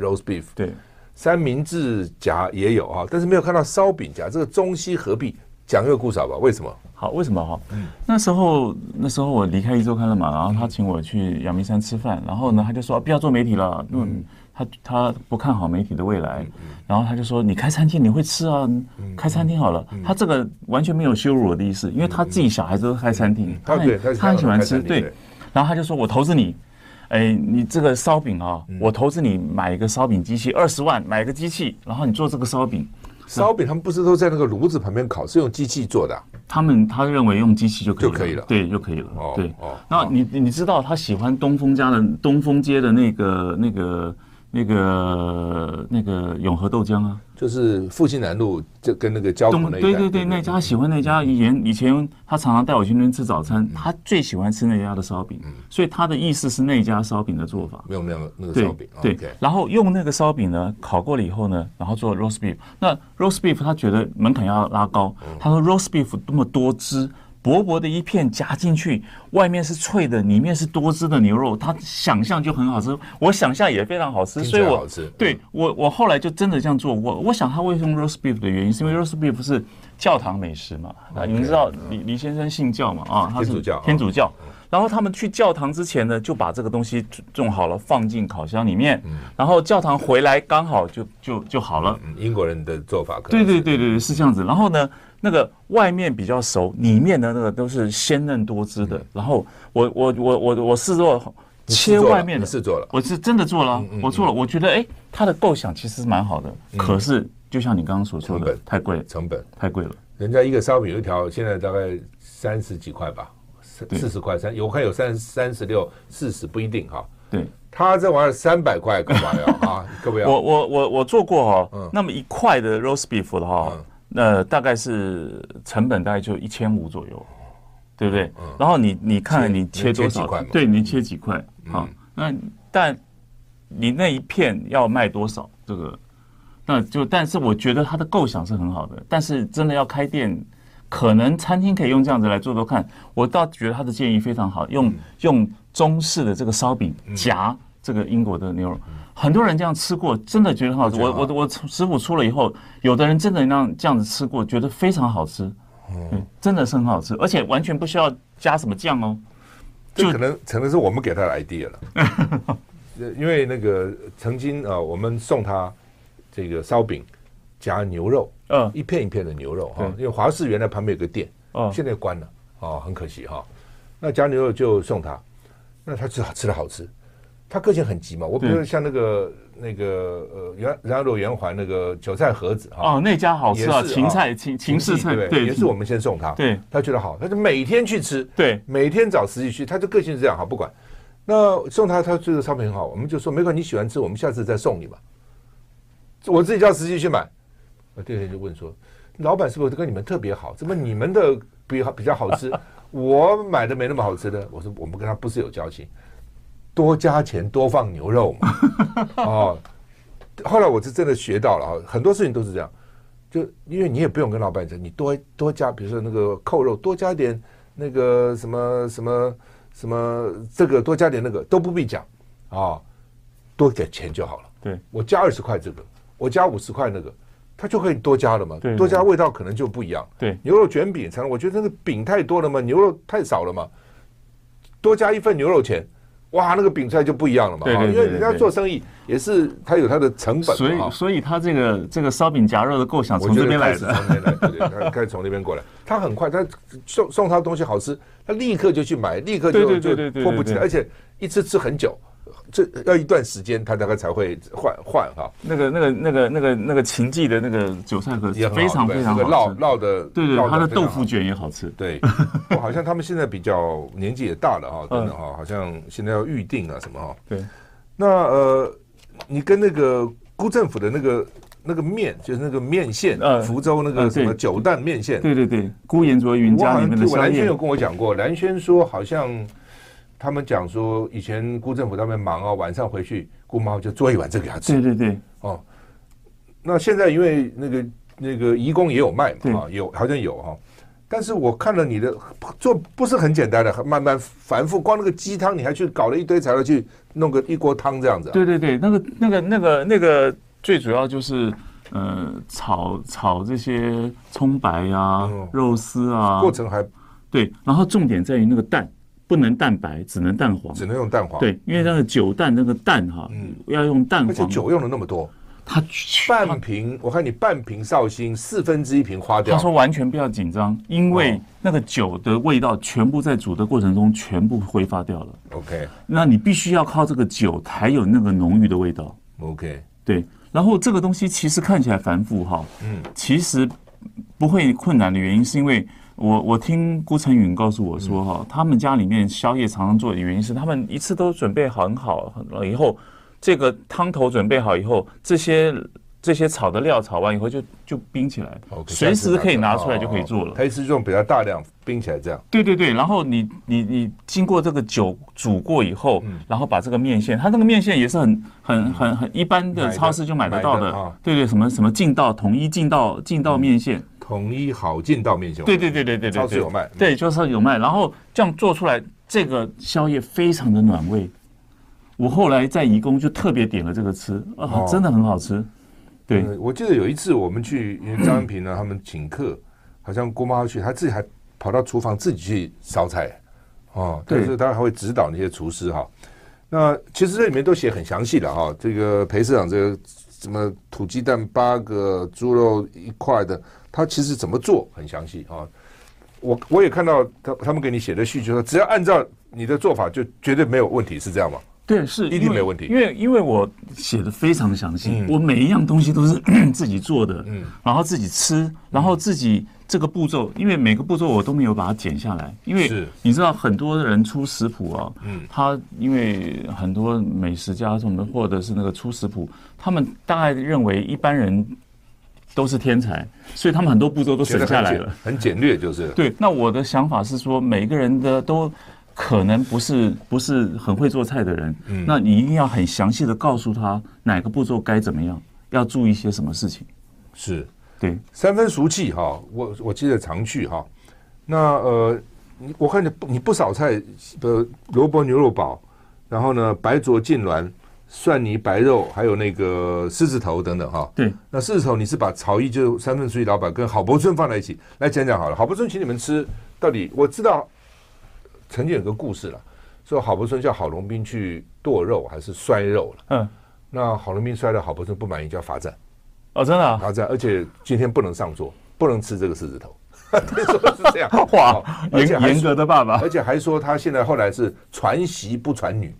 [SPEAKER 1] roast beef，
[SPEAKER 2] 对
[SPEAKER 1] 三明治夹也有哈、但是没有看到烧饼夹，这个中西合璧。讲一个故事好吧？为什么？
[SPEAKER 2] 好，为什么哈？
[SPEAKER 1] 嗯
[SPEAKER 2] 那时候那时候我离开一周刊了嘛，然后他请我去阳明山吃饭，然后呢他就说啊不要做媒体了，嗯，他他不看好媒体的未来，
[SPEAKER 1] 嗯
[SPEAKER 2] 然后他就说你开餐厅你会吃啊，开餐厅好了。
[SPEAKER 1] 嗯
[SPEAKER 2] 他这个完全没有羞辱我的意思，因为他自己小孩子都开餐厅，
[SPEAKER 1] 嗯他对他
[SPEAKER 2] 很
[SPEAKER 1] 是
[SPEAKER 2] 他很喜欢
[SPEAKER 1] 开餐
[SPEAKER 2] 吃，
[SPEAKER 1] 厅
[SPEAKER 2] 对
[SPEAKER 1] 对。
[SPEAKER 2] 然后他就说我投资你。哎，你这个烧饼啊，
[SPEAKER 1] 嗯
[SPEAKER 2] 我投资你买一个烧饼机器，二十万买个机器，然后你做这个烧饼，
[SPEAKER 1] 烧饼他们不是都在那个炉子旁边烤，是用机器做的啊、
[SPEAKER 2] 他们他认为用机器就可以
[SPEAKER 1] 就可以了
[SPEAKER 2] 对，就可以了。
[SPEAKER 1] 哦
[SPEAKER 2] 对
[SPEAKER 1] 哦，
[SPEAKER 2] 那你你知道他喜欢东风家的东风街的那个那个那个那个永和豆浆啊，
[SPEAKER 1] 就是复兴南路就跟那个交口
[SPEAKER 2] 东
[SPEAKER 1] 那一带。
[SPEAKER 2] 对对对，那家他喜欢那
[SPEAKER 1] 嗯
[SPEAKER 2] 家，以前以前他常常带我去那边吃早餐，他最喜欢吃那家的烧饼，
[SPEAKER 1] 嗯
[SPEAKER 2] 所以他的意思是那家烧饼的做法。
[SPEAKER 1] 没有没有那个
[SPEAKER 2] 对
[SPEAKER 1] 烧饼。啊
[SPEAKER 2] 对
[SPEAKER 1] OK
[SPEAKER 2] 然后用那个烧饼呢，烤过了以后呢，然后做 roast beef。那 roast beef 他觉得门槛要拉高，
[SPEAKER 1] 嗯
[SPEAKER 2] 他说 roast beef 那么多汁，薄薄的一片夹进去，外面是脆的，里面是多汁的牛肉，他想象就很好吃，我想象也非常好吃，
[SPEAKER 1] 听起
[SPEAKER 2] 所以
[SPEAKER 1] 来
[SPEAKER 2] 我
[SPEAKER 1] 好吃嗯
[SPEAKER 2] 对我我后来就真的这样做。我我想他为什么 roast beef 的原因，是因为 roast beef 是教堂美食嘛，啊，你们知道李李先生信教嘛，啊，他是
[SPEAKER 1] 嗯天主教嗯
[SPEAKER 2] 天主教。然后他们去教堂之前呢，就把这个东西种好了，放进烤箱里面。然后教堂回来刚好就就就好了。
[SPEAKER 1] 嗯英国人的做法可能
[SPEAKER 2] 对
[SPEAKER 1] 是。
[SPEAKER 2] 对对对对，是这样子。然后呢，那个外面比较熟，里面的那个都是鲜嫩多汁的。然后我我我我我试做
[SPEAKER 1] 嗯你试
[SPEAKER 2] 切
[SPEAKER 1] 做了
[SPEAKER 2] 外面的，
[SPEAKER 1] 你试做了
[SPEAKER 2] 我是真的做了啊，
[SPEAKER 1] 嗯
[SPEAKER 2] 我做了。我觉得哎，他的构想其实蛮好的，可是就像你刚刚所说
[SPEAKER 1] 成
[SPEAKER 2] 的
[SPEAKER 1] 本，
[SPEAKER 2] 太贵了，
[SPEAKER 1] 成本。
[SPEAKER 2] 太贵了。
[SPEAKER 1] 人家一个烧饼有一条，现在大概三十几块吧，四
[SPEAKER 2] 对
[SPEAKER 1] 四十块三，有我看有三三十六、四十不一定哈。
[SPEAKER 2] 对，
[SPEAKER 1] 他这玩意儿三百块干嘛呀？ 啊，各位
[SPEAKER 2] 我
[SPEAKER 1] 啊，嗯
[SPEAKER 2] 我我我做过哈、那么一块的 roast beef 的哈、那、大概是成本大概就一千五左右，对不对？然后你你看你切多
[SPEAKER 1] 嗯切几
[SPEAKER 2] 少
[SPEAKER 1] 块嘛？嗯
[SPEAKER 2] 对，你切几块？好，那但你那一片要卖多少？这个，那就但是我觉得他的构想是很好的，但是真的要开店。可能餐厅可以用这样子来做做看，我倒觉得他的建议非常好，
[SPEAKER 1] 嗯
[SPEAKER 2] 用用中式的这个烧饼夹这个英
[SPEAKER 1] 嗯
[SPEAKER 2] 国的牛肉，很多人这样吃过，真的觉得很好吃。我我我食谱出了以后，有的人真的让这样子吃过，觉得非常好吃，嗯，真的是很好吃，而且完全不需要加什么酱哦。
[SPEAKER 1] 这
[SPEAKER 2] 就
[SPEAKER 1] 可能可能是我们给他的 idea 了， 呃因为那个曾经啊，我们送他这个烧饼夹牛肉，
[SPEAKER 2] 嗯
[SPEAKER 1] 一片一片的牛肉哈，因
[SPEAKER 2] 对
[SPEAKER 1] 为华氏原来旁边有个店，
[SPEAKER 2] 哦
[SPEAKER 1] 现在关了，哦，很可惜哈。那夹牛肉就送他，那他吃吃的好吃，他个性很急嘛。我比如说
[SPEAKER 2] 对
[SPEAKER 1] 像那个那个呃圆然后圆环那个韭菜盒子哈，
[SPEAKER 2] 哦，那家好吃啊，
[SPEAKER 1] 也是啊
[SPEAKER 2] 芹菜芹芹式菜
[SPEAKER 1] 对，不对，
[SPEAKER 2] 对，
[SPEAKER 1] 也是我们先送他，
[SPEAKER 2] 对，
[SPEAKER 1] 他觉得好，他就每天去吃，
[SPEAKER 2] 对
[SPEAKER 1] 每天找时机去，他就个性是这样，好不管。那送他，他这个商品很好，我们就说没关系，你喜欢吃，我们下次再送你吧。我自己叫司机去买，我第二天就问说，老板是不是跟你们特别好？怎么你们的比好比较好吃？我买的没那么好吃的，我说我们跟他不是有交情，多加钱多放牛肉嘛。哦，后来我是真的学到了啊，很多事情都是这样，就因为你也不用跟老板讲，你多多加，比如说那个扣肉多加点那个什么什么什么这个多加点那个都不必讲啊、多给钱就好了。
[SPEAKER 2] 对
[SPEAKER 1] 我加二十块这个，我加五十块那个，他就可以多加了嘛
[SPEAKER 2] 对，
[SPEAKER 1] 多加味道可能就不一样。
[SPEAKER 2] 对
[SPEAKER 1] 牛肉卷饼才能，我觉得那个饼太多了嘛，牛肉太少了嘛，多加一份牛肉钱，哇，那个饼出来就不一样了嘛。
[SPEAKER 2] 对对
[SPEAKER 1] 啊
[SPEAKER 2] 对
[SPEAKER 1] 因为
[SPEAKER 2] 对
[SPEAKER 1] 人家
[SPEAKER 2] 对
[SPEAKER 1] 做生意也是他有他的成本
[SPEAKER 2] 所
[SPEAKER 1] 嘛。
[SPEAKER 2] 以
[SPEAKER 1] 啊
[SPEAKER 2] 所以他这个这个烧饼夹肉的构想
[SPEAKER 1] 我
[SPEAKER 2] 从
[SPEAKER 1] 觉得
[SPEAKER 2] 这边
[SPEAKER 1] 开
[SPEAKER 2] 来
[SPEAKER 1] 始
[SPEAKER 2] 的。
[SPEAKER 1] 从那边来，对对，他开始从那边过来， 他很快，他送送他东西好吃，他立刻就去买，立刻就
[SPEAKER 2] 对对对
[SPEAKER 1] 就
[SPEAKER 2] 对对
[SPEAKER 1] 迫不及
[SPEAKER 2] 对对
[SPEAKER 1] 待，而且一吃吃很久，这要一段时间，他大概才会换换哈。
[SPEAKER 2] 那个那个那个那个那个秦记的那个韭菜盒
[SPEAKER 1] 也很好
[SPEAKER 2] 非常
[SPEAKER 1] 对
[SPEAKER 2] 非常
[SPEAKER 1] 这个
[SPEAKER 2] 好
[SPEAKER 1] 烙
[SPEAKER 2] 吃，
[SPEAKER 1] 烙的，
[SPEAKER 2] 对
[SPEAKER 1] 烙
[SPEAKER 2] 对，
[SPEAKER 1] 得
[SPEAKER 2] 他的
[SPEAKER 1] 非常
[SPEAKER 2] 豆
[SPEAKER 1] 好
[SPEAKER 2] 腐卷也好吃。
[SPEAKER 1] 对，我好像他们现在比较年纪也大了哈、等等哈、好像现在要预定啊什么哈、
[SPEAKER 2] 对，
[SPEAKER 1] 那呃，你跟那个辜政府的那个那个面，就是那个面线，
[SPEAKER 2] 呃
[SPEAKER 1] 福州那
[SPEAKER 2] 呃
[SPEAKER 1] 个
[SPEAKER 2] 对
[SPEAKER 1] 什么九蛋面线，
[SPEAKER 2] 对对对，孤言卓云
[SPEAKER 1] 我
[SPEAKER 2] 家
[SPEAKER 1] 好
[SPEAKER 2] 里
[SPEAKER 1] 像
[SPEAKER 2] 面的
[SPEAKER 1] 听我
[SPEAKER 2] 宵
[SPEAKER 1] 蓝轩
[SPEAKER 2] 夜
[SPEAKER 1] 有，跟我讲过，蓝轩说好像他们讲说以前辜政府他们忙啊，晚上回去姑妈就做一碗这个给他吃
[SPEAKER 2] 对对对，
[SPEAKER 1] 哦。那现在因为那个那个移工也有卖
[SPEAKER 2] 对
[SPEAKER 1] 嘛，啊，有好像有哈、但是我看了你的做不是很简单的，慢慢反复，光那个鸡汤你还去搞了一堆材料去弄个一锅汤这样子啊、
[SPEAKER 2] 对对对，那个那个那个那个最主要就是呃炒炒这些葱白啊
[SPEAKER 1] 嗯、
[SPEAKER 2] 肉丝啊，
[SPEAKER 1] 过程还
[SPEAKER 2] 对，然后重点在于那个蛋不能蛋白，只能蛋黄
[SPEAKER 1] 只。能用蛋黄，，
[SPEAKER 2] 对，因为那个酒蛋那个蛋哈，要用蛋
[SPEAKER 1] 嗯而且
[SPEAKER 2] 黄，
[SPEAKER 1] 酒用了那么多，
[SPEAKER 2] 他
[SPEAKER 1] 半瓶，我看你半瓶绍兴，四分之一瓶花
[SPEAKER 2] 他
[SPEAKER 1] 掉，
[SPEAKER 2] 说完全不要紧张，因为
[SPEAKER 1] 哦
[SPEAKER 2] 那个酒的味道全部在煮的过程中全部挥发掉了。
[SPEAKER 1] OK
[SPEAKER 2] 那你必须要靠这个酒才有那个浓郁的味道。
[SPEAKER 1] OK，
[SPEAKER 2] 对，然后这个东西其实看起来繁复哈，嗯，其实不会困难的原因是因为我我听郭成允告诉我说哈，他们家里面宵夜常常做的原因是他们一次都准备好很好，很以后这个汤头准备好以后，这些这些炒的料炒完以后就就冰起来
[SPEAKER 1] o k
[SPEAKER 2] 随时可以拿出来哦就可以做了。
[SPEAKER 1] 它是用比较大量冰起来这样，
[SPEAKER 2] 对对对，然后你你你经过这个酒煮过以后，
[SPEAKER 1] 嗯
[SPEAKER 2] 然后把这个面线，它那个面线也是很很很很一般
[SPEAKER 1] 买
[SPEAKER 2] 的
[SPEAKER 1] 的
[SPEAKER 2] 超市就买得到
[SPEAKER 1] 买的啊
[SPEAKER 2] 的，对对，什么什么劲道统一劲道劲道面线，
[SPEAKER 1] 统一好劲道面线，
[SPEAKER 2] 对对对对对对，
[SPEAKER 1] 超市
[SPEAKER 2] 对
[SPEAKER 1] 有卖嗯
[SPEAKER 2] 对，就是有卖，然后这样做出来，这个宵夜非常的暖胃。我后来在宜工就特别点了这个吃，啊
[SPEAKER 1] 哦，
[SPEAKER 2] 真的很好吃，对
[SPEAKER 1] 嗯我记得有一次我们去，因为张安平呢，他们请客，好像姑妈要去，她自己还跑到厨房自己去烧菜，哦，
[SPEAKER 2] 对
[SPEAKER 1] 但是当然还会指导那些厨师哈。那其实这里面都写很详细的哈，这个裴市长这个什么土鸡蛋八个，猪肉一块的，他其实怎么做很详细啊。我我也看到他他们给你写的序，就说只要按照你的做法，就绝对没有问题，是这样吗？
[SPEAKER 2] 对，是
[SPEAKER 1] 一定
[SPEAKER 2] 因为
[SPEAKER 1] 没问题嗯
[SPEAKER 2] 因为因为我写的非常详细，我每一样东西都是 自己做的，嗯，然后自己吃，然后自己这个步骤，因为每个步骤我都没有把它剪下来，因为
[SPEAKER 1] 是
[SPEAKER 2] 你知道很多人出食谱啊，嗯，他因为很多美食家什么或者是那个出食谱，他们大概认为一般人都是天才，所以他们很多步骤都省下来了。
[SPEAKER 1] 很简，很简略就是。
[SPEAKER 2] 对，那我的想法是说，每个人的都可能不是不是很会做菜的人，那你一定要很详细的告诉他哪个步骤该怎么样，要注意些什么事情。
[SPEAKER 1] 是。
[SPEAKER 2] 对，
[SPEAKER 1] 三分熟气哈，我我记得常去哈。那呃，你我看你不你不少菜，呃，萝卜牛肉煲，然后呢，白灼痉挛、蒜泥白肉，还有那个狮子头等等哈。
[SPEAKER 2] 对，
[SPEAKER 1] 那狮子头你是把曹毅就三分熟气老板跟郝柏村放在一起来讲讲好了。郝柏村请你们吃，到底我知道曾经有个故事了，说郝柏村叫郝龙斌去剁肉还是摔肉了，
[SPEAKER 2] 嗯，
[SPEAKER 1] 那郝龙斌摔了，郝柏村不满意就要罚站。
[SPEAKER 2] 哦，真的、啊，
[SPEAKER 1] 然后这样，而且今天不能上桌，不能吃这个狮子头， 听说是这样。
[SPEAKER 2] 哇
[SPEAKER 1] 哦，而且
[SPEAKER 2] 严
[SPEAKER 1] 还
[SPEAKER 2] 严
[SPEAKER 1] 说，
[SPEAKER 2] 格的爸爸
[SPEAKER 1] 而，且还说他现在后来是传媳不传女。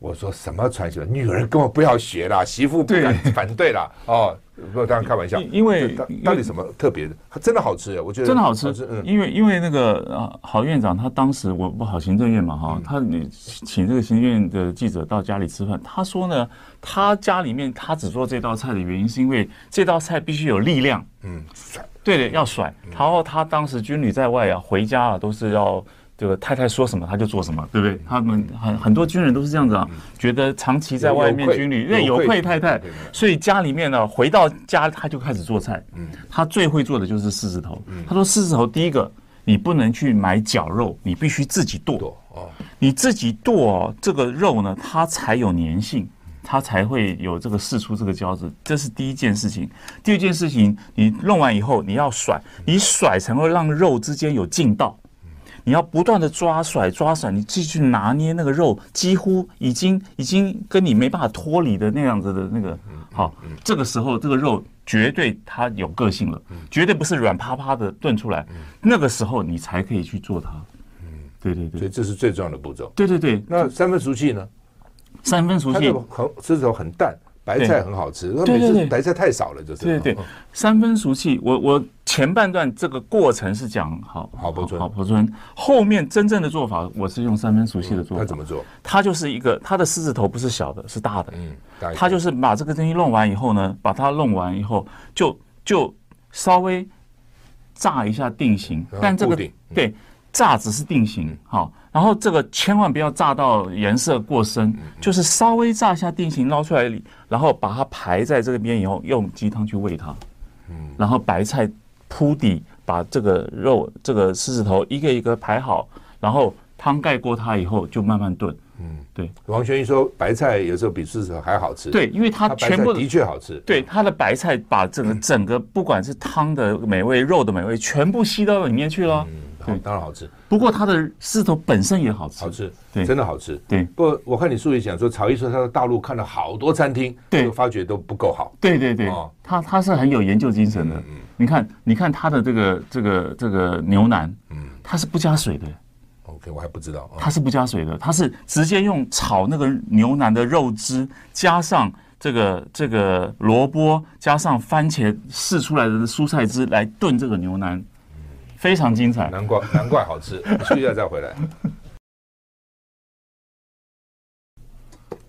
[SPEAKER 1] 我说什么传媳？女儿根本不要学啦，媳妇不敢反对啦。哦，不，当然开玩笑。
[SPEAKER 2] 因因为
[SPEAKER 1] 这到
[SPEAKER 2] 因为
[SPEAKER 1] 到底什么特别的？真的好吃耶，我觉得
[SPEAKER 2] 真的好吃，
[SPEAKER 1] 嗯，
[SPEAKER 2] 因为因为那个呃郝院长他当时我不好行政院嘛哈，他你请这个行政院的记者到家里吃饭，他说呢，他家里面他只做这道菜的原因是因为这道菜必须有力量，
[SPEAKER 1] 嗯，
[SPEAKER 2] 对的，要甩。然后他当时军旅在外啊，回家啊都是要这个太太说什么他就做什么，对不对？他们很很多军人都是这样子啊，觉得长期在外
[SPEAKER 1] 嗯有
[SPEAKER 2] 面
[SPEAKER 1] 愧
[SPEAKER 2] 军旅，
[SPEAKER 1] 有
[SPEAKER 2] 对有
[SPEAKER 1] 愧
[SPEAKER 2] 愧太太
[SPEAKER 1] 对对对，嗯
[SPEAKER 2] 所以家里面呢，回到家他就开始做菜。他最会做的就是狮子头。他说狮子头第一个，你不能去买绞肉，你必须自己剁。
[SPEAKER 1] 多哦，
[SPEAKER 2] 你自己剁、哦、这个肉呢，它才有粘性，它才会有这个释出这个胶质，这是第一件事情。第二件事情，你弄完以后你要甩，你甩才会让肉之间有劲道。你要不断的抓甩抓甩，你继续拿捏那个肉，几乎已经已经跟你没办法脱离的那样子的那个。好，这个时候这个肉绝对它有个性了，绝对不是软趴趴的炖出来。那个时候你才可以去做它。对对对
[SPEAKER 1] 所以。这是最重要的步骤。
[SPEAKER 2] 对对对，
[SPEAKER 1] 那三分熟气呢？
[SPEAKER 2] 三分熟
[SPEAKER 1] 它
[SPEAKER 2] 悉
[SPEAKER 1] 的，很狮子头很淡，白菜很好吃，那
[SPEAKER 2] 对
[SPEAKER 1] 每
[SPEAKER 2] 对
[SPEAKER 1] 次
[SPEAKER 2] 对
[SPEAKER 1] 白菜太少了，哦就是
[SPEAKER 2] 对对对，三分熟悉。我我前半段这个过程是讲好
[SPEAKER 1] 郝柏村
[SPEAKER 2] 郝柏村，后面真正的做法我是用三分熟悉的做
[SPEAKER 1] 嗯那
[SPEAKER 2] 法，
[SPEAKER 1] 怎么做？
[SPEAKER 2] 它就是一个它的狮子头不是小的，是大的，
[SPEAKER 1] 嗯，大概
[SPEAKER 2] 它就是把这个东西弄完以后呢，把它弄完以后就就稍微炸一下定型
[SPEAKER 1] 然后，
[SPEAKER 2] 但这个
[SPEAKER 1] 固定嗯
[SPEAKER 2] 对炸只是定型，好，然后这个千万不要炸到颜色过深，
[SPEAKER 1] 嗯
[SPEAKER 2] 就是稍微炸一下定型捞出来里，然后把它排在这边以后，用鸡汤去喂它，
[SPEAKER 1] 嗯
[SPEAKER 2] 然后白菜铺底，把这个肉这个狮子头一个一个排好，然后汤盖过它以后就慢慢炖，嗯，对
[SPEAKER 1] 王轩一说，白菜有时候比狮子头还好吃，，
[SPEAKER 2] 对，因为它
[SPEAKER 1] 它白
[SPEAKER 2] 全
[SPEAKER 1] 菜
[SPEAKER 2] 部
[SPEAKER 1] 的确好吃，
[SPEAKER 2] 对，它的白菜把整个整个不管是汤的美味、肉的美味，全部吸到里面去了。
[SPEAKER 1] 嗯好，当然好吃，
[SPEAKER 2] 不过它的狮头本身也好吃，
[SPEAKER 1] 好吃，
[SPEAKER 2] 对
[SPEAKER 1] 真的好吃。
[SPEAKER 2] 对
[SPEAKER 1] 不过我看你书里讲说，曹毅说他在大陆看了好多餐厅，
[SPEAKER 2] 对
[SPEAKER 1] 就发觉都不够好，
[SPEAKER 2] 对对对
[SPEAKER 1] 哦，
[SPEAKER 2] 它它是很有研究精神的。你看，你看它的这个这个这个牛腩，它是不加水的，
[SPEAKER 1] OK，我还不知道啊。
[SPEAKER 2] 它是不加水的，它是直接用炒那个牛腩的肉汁，加上这个这个萝卜，加上番茄试出来的蔬菜汁来炖这个牛腩，非常精彩。
[SPEAKER 1] 难怪难怪好吃， 休息一下再回来。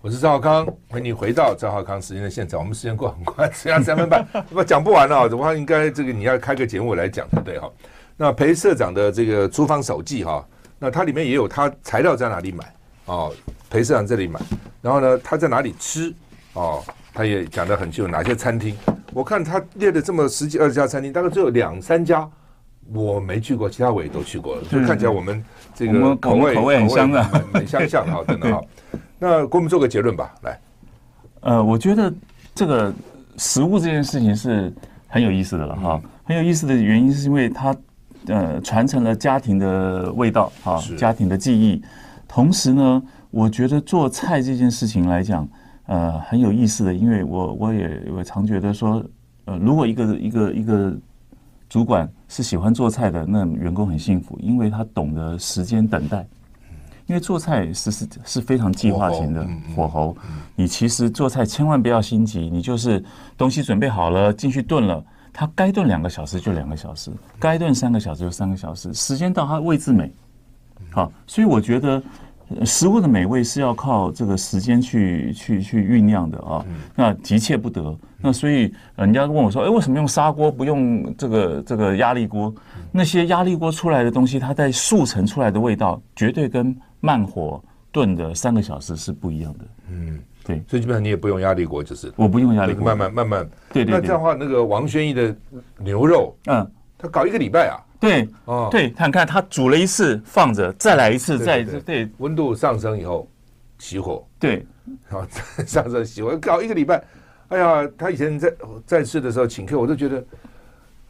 [SPEAKER 1] 我是赵浩康，欢迎你回到赵浩康时间的现场。我们时间过很快，只剩下三分半，不讲不完了、我怕应该这个你要开个节目来讲才对哈、哦那裴社长的这个厨房手记哈、那它里面也有他材料在哪里买哦，裴社长这里买，然后呢他在哪里吃哦，他也讲得很清楚哪些餐厅。我看他列的这么十几二十家餐厅，大概只有两三家我没去过，其他我也都去过了，就看起来我们这
[SPEAKER 2] 嗯我
[SPEAKER 1] 个
[SPEAKER 2] 们
[SPEAKER 1] 口
[SPEAKER 2] 我们
[SPEAKER 1] 味
[SPEAKER 2] 口味很啊相的
[SPEAKER 1] 蛮蛮相像的啊哈，真的哈。那给我们做个结论吧，来，
[SPEAKER 2] 呃，我觉得这个食物这件事情是很有意思的了哈，很有意思的原因是因为它呃传承了家庭的味道哈
[SPEAKER 1] 是，
[SPEAKER 2] 家庭的记忆。同时呢，我觉得做菜这件事情来讲，呃，很有意思的，因为我我也我常觉得说，呃，如果一个一个一个主管是喜欢做菜的，那员工很幸福，因为他懂得时间等待。因为做菜是是是非常计划型的火候，嗯你其实做菜千万不要心急，你就是东西准备好了进去炖了，它该炖两个小时就两个小时，该炖三个小时就三个小时，时间到它位置美。好，所以我觉得呃食物的美味是要靠这个时间去去去酝酿的啊，
[SPEAKER 1] 嗯
[SPEAKER 2] 那急切不得。那所以呃人家问我说，哎，为什么用砂锅不用这个这个压力锅？那些压力锅出来的东西，它在速成出来的味道，绝对跟慢火炖的三个小时是不一样的。
[SPEAKER 1] 所以基本上你也不用压力锅，就是
[SPEAKER 2] 我不用压力锅，
[SPEAKER 1] 慢慢慢慢。
[SPEAKER 2] 对对
[SPEAKER 1] 那这样的话，那个王轩逸的牛肉，
[SPEAKER 2] 嗯，
[SPEAKER 1] 他搞一个礼拜啊，
[SPEAKER 2] 对
[SPEAKER 1] 哦，
[SPEAKER 2] 对，看看它煮了一次，放着，再来一次，
[SPEAKER 1] 对
[SPEAKER 2] 再
[SPEAKER 1] 对
[SPEAKER 2] 对
[SPEAKER 1] 温度上升以后起火，
[SPEAKER 2] 对
[SPEAKER 1] 然后再啊 上升起火，搞一个礼拜。哎呀，他以前在在世的时候请客，我都觉得，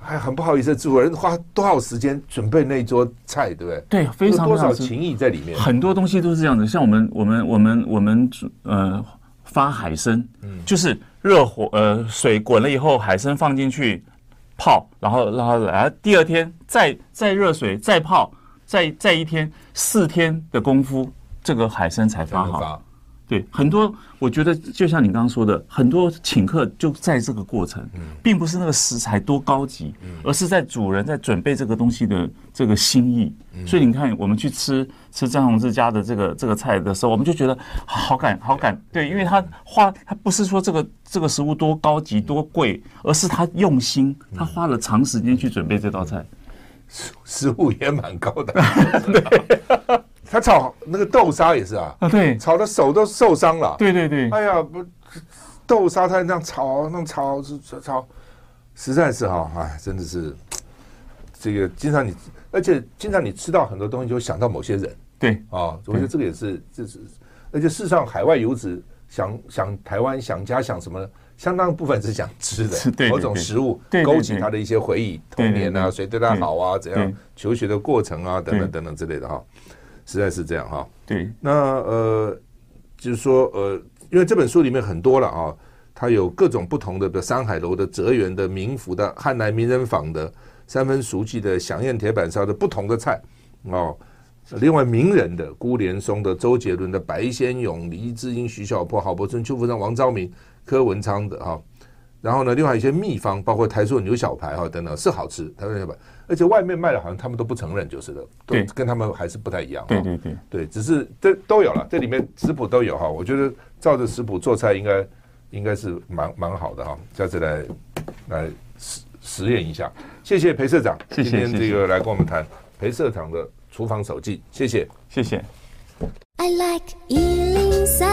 [SPEAKER 1] 哎，很不好意思，主人花多少时间准备那一桌菜，对不对？
[SPEAKER 2] 对，非常
[SPEAKER 1] 有多
[SPEAKER 2] 非
[SPEAKER 1] 少
[SPEAKER 2] 常吃
[SPEAKER 1] 情谊在里面？
[SPEAKER 2] 很多东西都是这样的，像我们我们我们我们呃发海参，就是热火呃水滚了以后，海参放进去泡，然后然后然后第二天再再热水再泡，再再一天四天的功夫，这个海参才
[SPEAKER 1] 才
[SPEAKER 2] 发
[SPEAKER 1] 能
[SPEAKER 2] 好。
[SPEAKER 1] 发
[SPEAKER 2] 对，很多我觉得就像你刚刚说的，很多请客就在这个过程，并不是那个食材多高级，而是在主人在准备这个东西的这个心意。所以你看，我们去吃吃张宏志家的这个这个菜的时候，我们就觉得好感好感，对，因为他花他不是说这个这个食物多高级多贵，而是他用心，他花了长时间去准备这道菜。
[SPEAKER 1] 食物也蛮高的。 他炒那个豆沙也是啊，
[SPEAKER 2] 啊，对，
[SPEAKER 1] 炒的手都受伤了。
[SPEAKER 2] 对对对，
[SPEAKER 1] 哎呀，不豆沙他那样炒，那样炒，炒炒，实在是哈、哎，真的是这个经常你，而且经常你吃到很多东西，就会想到某些人
[SPEAKER 2] 对，
[SPEAKER 1] 啊、我觉得这个也是，这是，而且事实上海外游子想想台湾、想家、想什么。相当部分是想吃
[SPEAKER 2] 是
[SPEAKER 1] 的，
[SPEAKER 2] 对对
[SPEAKER 1] 某种食物
[SPEAKER 2] 对对对
[SPEAKER 1] 勾起他的一些回忆，
[SPEAKER 2] 对
[SPEAKER 1] 童
[SPEAKER 2] 对
[SPEAKER 1] 年啊，谁对他好啊，怎样
[SPEAKER 2] 对
[SPEAKER 1] 求学的过程啊，等等
[SPEAKER 2] 对
[SPEAKER 1] 等等之类的哈，实在是这样哈、
[SPEAKER 2] 对，
[SPEAKER 1] 那呃，就是说呃，因为这本书里面很多了啊，它有各种不同的，比如山海楼的、哲园的、民福的、汉来名人坊的、三分熟记的、响宴铁板烧的不同的菜哦。另外，名人的辜连松的、周杰伦的、白先勇、黎智英、徐小坡、郝柏村、邱福生、王昭明、柯文昌的哈、然后呢，另外一些秘方，包括台塑牛小排哈、等等，是好吃，台塑牛小排，而且外面卖的好像他们都不承认，就是的，都
[SPEAKER 2] 对
[SPEAKER 1] 跟他们还是不太一样、哦。
[SPEAKER 2] 对对对，
[SPEAKER 1] 对，只是这都有了，这里面食谱都有哈。我觉得照着食谱做菜应该应该是蛮蛮好的哈，下次来来实实验一下。谢谢裴社长，
[SPEAKER 2] 谢谢
[SPEAKER 1] 今天这个来跟我们谈裴社长的厨房手记，谢谢。
[SPEAKER 2] 谢谢。
[SPEAKER 3] I like Ealing Sound.